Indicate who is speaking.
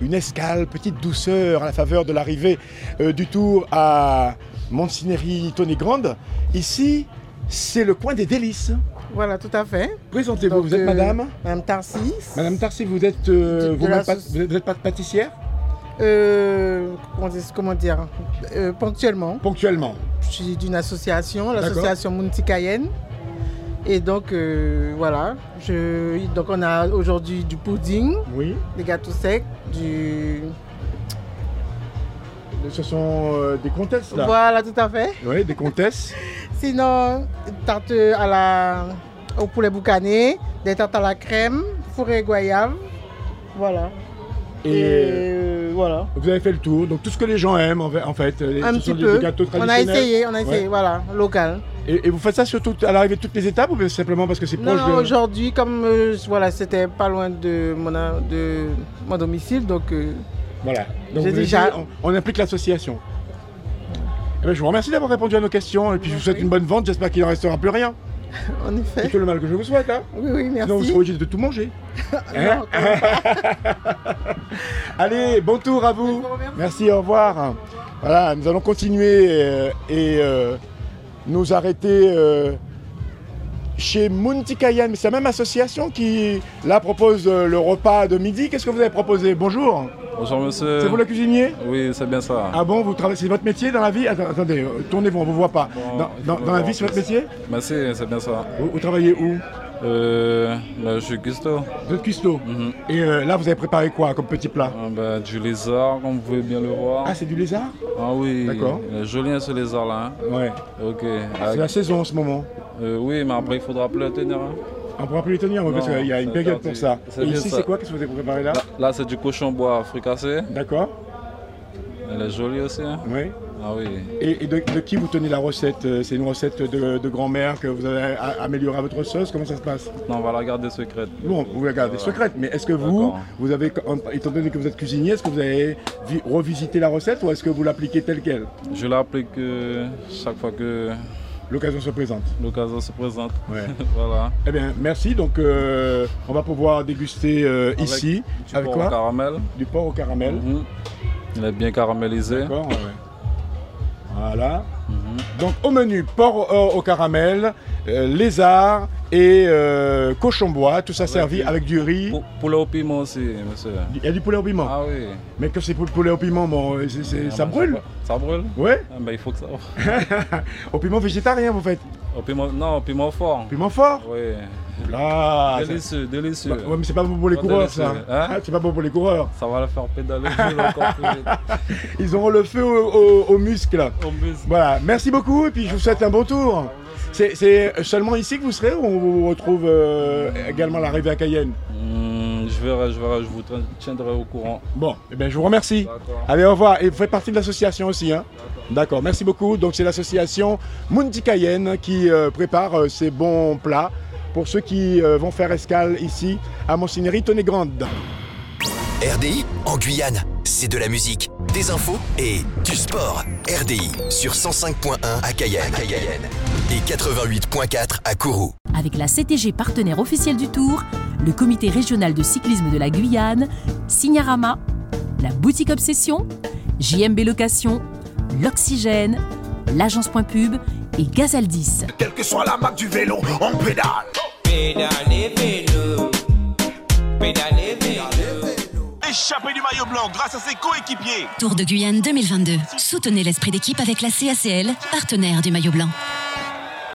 Speaker 1: une escale, petite douceur à la faveur de l'arrivée euh, du tour à Montsinéry Tony Grande. Ici, c'est le coin des délices.
Speaker 2: Voilà, tout à fait.
Speaker 1: Présentez-vous,
Speaker 2: Donc,
Speaker 1: vous êtes
Speaker 2: euh,
Speaker 1: madame
Speaker 2: Madame Tarsis.
Speaker 1: Madame Tarsi, vous êtes, euh,
Speaker 2: de- de
Speaker 1: vous-même
Speaker 2: la
Speaker 1: pat-
Speaker 2: sauce-
Speaker 1: vous êtes- vous êtes pat- pâtissière
Speaker 2: Euh, comment dire, comment dire Euh, Ponctuellement,
Speaker 1: Ponctuellement.
Speaker 2: je suis d'une association,
Speaker 1: D'accord.
Speaker 2: l'association Mounti Cayenne. Et donc, euh, voilà. Je, donc, on a aujourd'hui du pudding,
Speaker 1: Oui.
Speaker 2: des gâteaux secs, du.
Speaker 1: Ce sont euh, des comtesses, là.
Speaker 2: Voilà, tout à fait.
Speaker 1: Oui, des comtesses.
Speaker 2: Sinon, tarte à la, au poulet boucané, des tartes à la crème, fourré goyave. Voilà.
Speaker 1: Et,
Speaker 2: euh, voilà.
Speaker 1: vous avez fait le tour. Donc, tout ce que les gens aiment, en fait- en fait. euh,
Speaker 2: Un
Speaker 1: ce
Speaker 2: petit
Speaker 1: sont des-
Speaker 2: peu.
Speaker 1: des gâteaux
Speaker 2: On a
Speaker 1: traditionnels.
Speaker 2: essayé, on a essayé,
Speaker 1: Ouais.
Speaker 2: voilà, local.
Speaker 1: Et, et vous faites ça surtout à l'arrivée de toutes les étapes ou bien simplement parce que c'est
Speaker 2: Non,
Speaker 1: proche
Speaker 2: non,
Speaker 1: de...
Speaker 2: aujourd'hui, comme euh, voilà, c'était pas loin de mon, euh, de mon domicile, donc euh,
Speaker 1: Voilà. Donc
Speaker 2: J'ai
Speaker 1: vous avez
Speaker 2: déjà-
Speaker 1: dit, on, on implique l'association. Eh ben, je vous remercie d'avoir répondu à nos questions et puis je vous souhaite une bonne vente. J'espère qu'il n'en restera plus rien.
Speaker 2: en
Speaker 1: C'est
Speaker 2: effet.
Speaker 1: tout le mal que je vous souhaite. Hein.
Speaker 2: Oui, oui, Eh. merci.
Speaker 1: Sinon, vous serez obligé de tout manger. Hein
Speaker 2: Non, quand même.
Speaker 1: Allez, bon tour à
Speaker 2: Je
Speaker 1: vous.
Speaker 2: vous remercie.
Speaker 1: Merci, au revoir. Voilà, nous allons continuer euh, et euh, nous arrêter euh, chez Muntikayan. Mais c'est la même association qui, là, propose euh, le repas de midi. Qu'est-ce que vous avez proposé Bonjour.
Speaker 3: Bonjour monsieur.
Speaker 1: C'est vous le cuisinier
Speaker 3: Oui, c'est bien ça.
Speaker 1: Ah bon, vous travaillez, c'est votre métier dans la vie Attends- Attendez, euh, tournez-vous, on vous voit pas.
Speaker 3: Bon,
Speaker 1: Dans-
Speaker 3: il faut
Speaker 1: dans
Speaker 3: me
Speaker 1: dans la
Speaker 3: voir
Speaker 1: vie, c'est votre métier
Speaker 3: Merci, c'est bien ça.
Speaker 1: vous, vous travaillez où
Speaker 3: Euh, là, je suis Gusto.
Speaker 1: Vous êtes cuistot.
Speaker 3: Mhm.
Speaker 1: Et euh, là, vous avez préparé quoi comme petit plat
Speaker 3: Ah, bah, du lézard, comme vous pouvez bien le voir.
Speaker 1: Ah, c'est du lézard
Speaker 3: Ah oui,
Speaker 1: D'accord.
Speaker 3: il est joli hein, ce lézard-là. hein.
Speaker 1: Ouais.
Speaker 3: Ok. Ah,
Speaker 1: C'est la saison en ce moment.
Speaker 3: Euh, oui, mais après, il faudra plus le tenir. hein.
Speaker 1: On pourra plus les tenir, moi,
Speaker 3: Non,
Speaker 1: parce qu'il y a une
Speaker 3: c'est
Speaker 1: période
Speaker 3: interdit.
Speaker 1: pour ça.
Speaker 3: C'est
Speaker 1: Et
Speaker 3: bien
Speaker 1: ici,
Speaker 3: ça. Bah.
Speaker 1: c'est quoi Qu'est-ce que vous avez préparé là
Speaker 3: Là, là, c'est du cochon bois fricassé.
Speaker 1: D'accord,
Speaker 3: Elle est jolie aussi. hein.
Speaker 1: oui.
Speaker 3: Ah oui.
Speaker 1: Et, et de, de qui vous tenez la recette Euh, C'est une recette de, de grand-mère que vous avez a- améliorée à votre sauce Comment ça se passe
Speaker 3: Non, on va la garder secrète.
Speaker 1: Bon, vous la gardez secrète, mais est-ce que vous,
Speaker 3: D'accord.
Speaker 1: vous avez, en- étant donné que vous êtes cuisinier, est-ce que vous avez vi- revisité la recette ou est-ce que vous l'appliquez telle qu'elle
Speaker 3: Je l'applique euh, chaque fois que
Speaker 1: L'occasion se présente.
Speaker 3: l'occasion se présente.
Speaker 1: Ouais.
Speaker 3: voilà.
Speaker 1: eh bien, merci. Donc, euh, on va pouvoir déguster euh,
Speaker 3: Avec
Speaker 1: ici
Speaker 3: Du
Speaker 1: avec
Speaker 3: porc au
Speaker 1: quoi
Speaker 3: caramel.
Speaker 1: Du porc au caramel.
Speaker 3: Mhm. Il est bien caramélisé.
Speaker 1: D'accord, ouais, ouais. Voilà.
Speaker 3: Mhm.
Speaker 1: Donc au menu, porc au, au caramel, euh, lézard et euh, cochon bois, tout ça servi
Speaker 3: du-
Speaker 1: avec du riz.
Speaker 3: Pou- Poulet au piment aussi, monsieur.
Speaker 1: Il y a du poulet au piment.
Speaker 3: Ah oui.
Speaker 1: Mais que c'est pour le poulet au piment, bon, euh, c'est- c'est-
Speaker 3: Ah,
Speaker 1: ça
Speaker 3: moi,
Speaker 1: brûle.
Speaker 3: je sais pas. Ça brûle
Speaker 1: Ouais,
Speaker 3: ah, ben, Il faut que ça.
Speaker 1: au piment végétarien vous faites.
Speaker 3: Au piment... Non, au piment fort.
Speaker 1: Piment fort.
Speaker 3: Oui.
Speaker 1: Là, ça-
Speaker 3: délicieux, délicieux.
Speaker 1: Ah, Bah, ouais, mais c'est pas bon pour les
Speaker 3: Pas
Speaker 1: coureurs ça.
Speaker 3: délicieux, hein
Speaker 1: Ah, c'est pas bon pour les coureurs.
Speaker 3: Ça va le faire pédaler plus encore plus vite.
Speaker 1: Ils auront le feu au- au- aux muscles.
Speaker 3: On baise.
Speaker 1: Voilà, merci beaucoup et puis je vous souhaite un bon tour. C'est- C'est seulement ici que vous serez ou on vous retrouve euh, également à l'arrivée à Cayenne
Speaker 3: Hmm, je verrai, je verrai, je vous tra- tiendrai au courant.
Speaker 1: Bon, eh ben, je vous remercie.
Speaker 3: D'accord.
Speaker 1: Allez, au revoir. Et vous faites partie de l'association aussi. Hein D'accord, merci beaucoup. Donc, c'est l'association Mundi Cayenne qui euh, prépare euh, ces bons plats pour ceux qui euh, vont faire escale ici à Monsinéry Grande.
Speaker 4: RDI, en Guyane, c'est de la musique, des infos et du sport. RDI sur 105.1 à Cayenne, et 88.4 à Kourou.
Speaker 5: Avec la CTG partenaire officielle du Tour, le comité régional de cyclisme de la Guyane, Signarama, la boutique Obsession, JMB Location, l'Oxygène, l'agence Point Pub et Gazal 10.
Speaker 6: Quelle que soit la marque du vélo, on pédale.
Speaker 7: Pédalez vélo, pédalez vélo.
Speaker 6: Échappé du maillot blanc grâce à ses coéquipiers.
Speaker 8: Tour de Guyane 2022. Soutenez l'esprit d'équipe avec la CACL, partenaire du maillot blanc.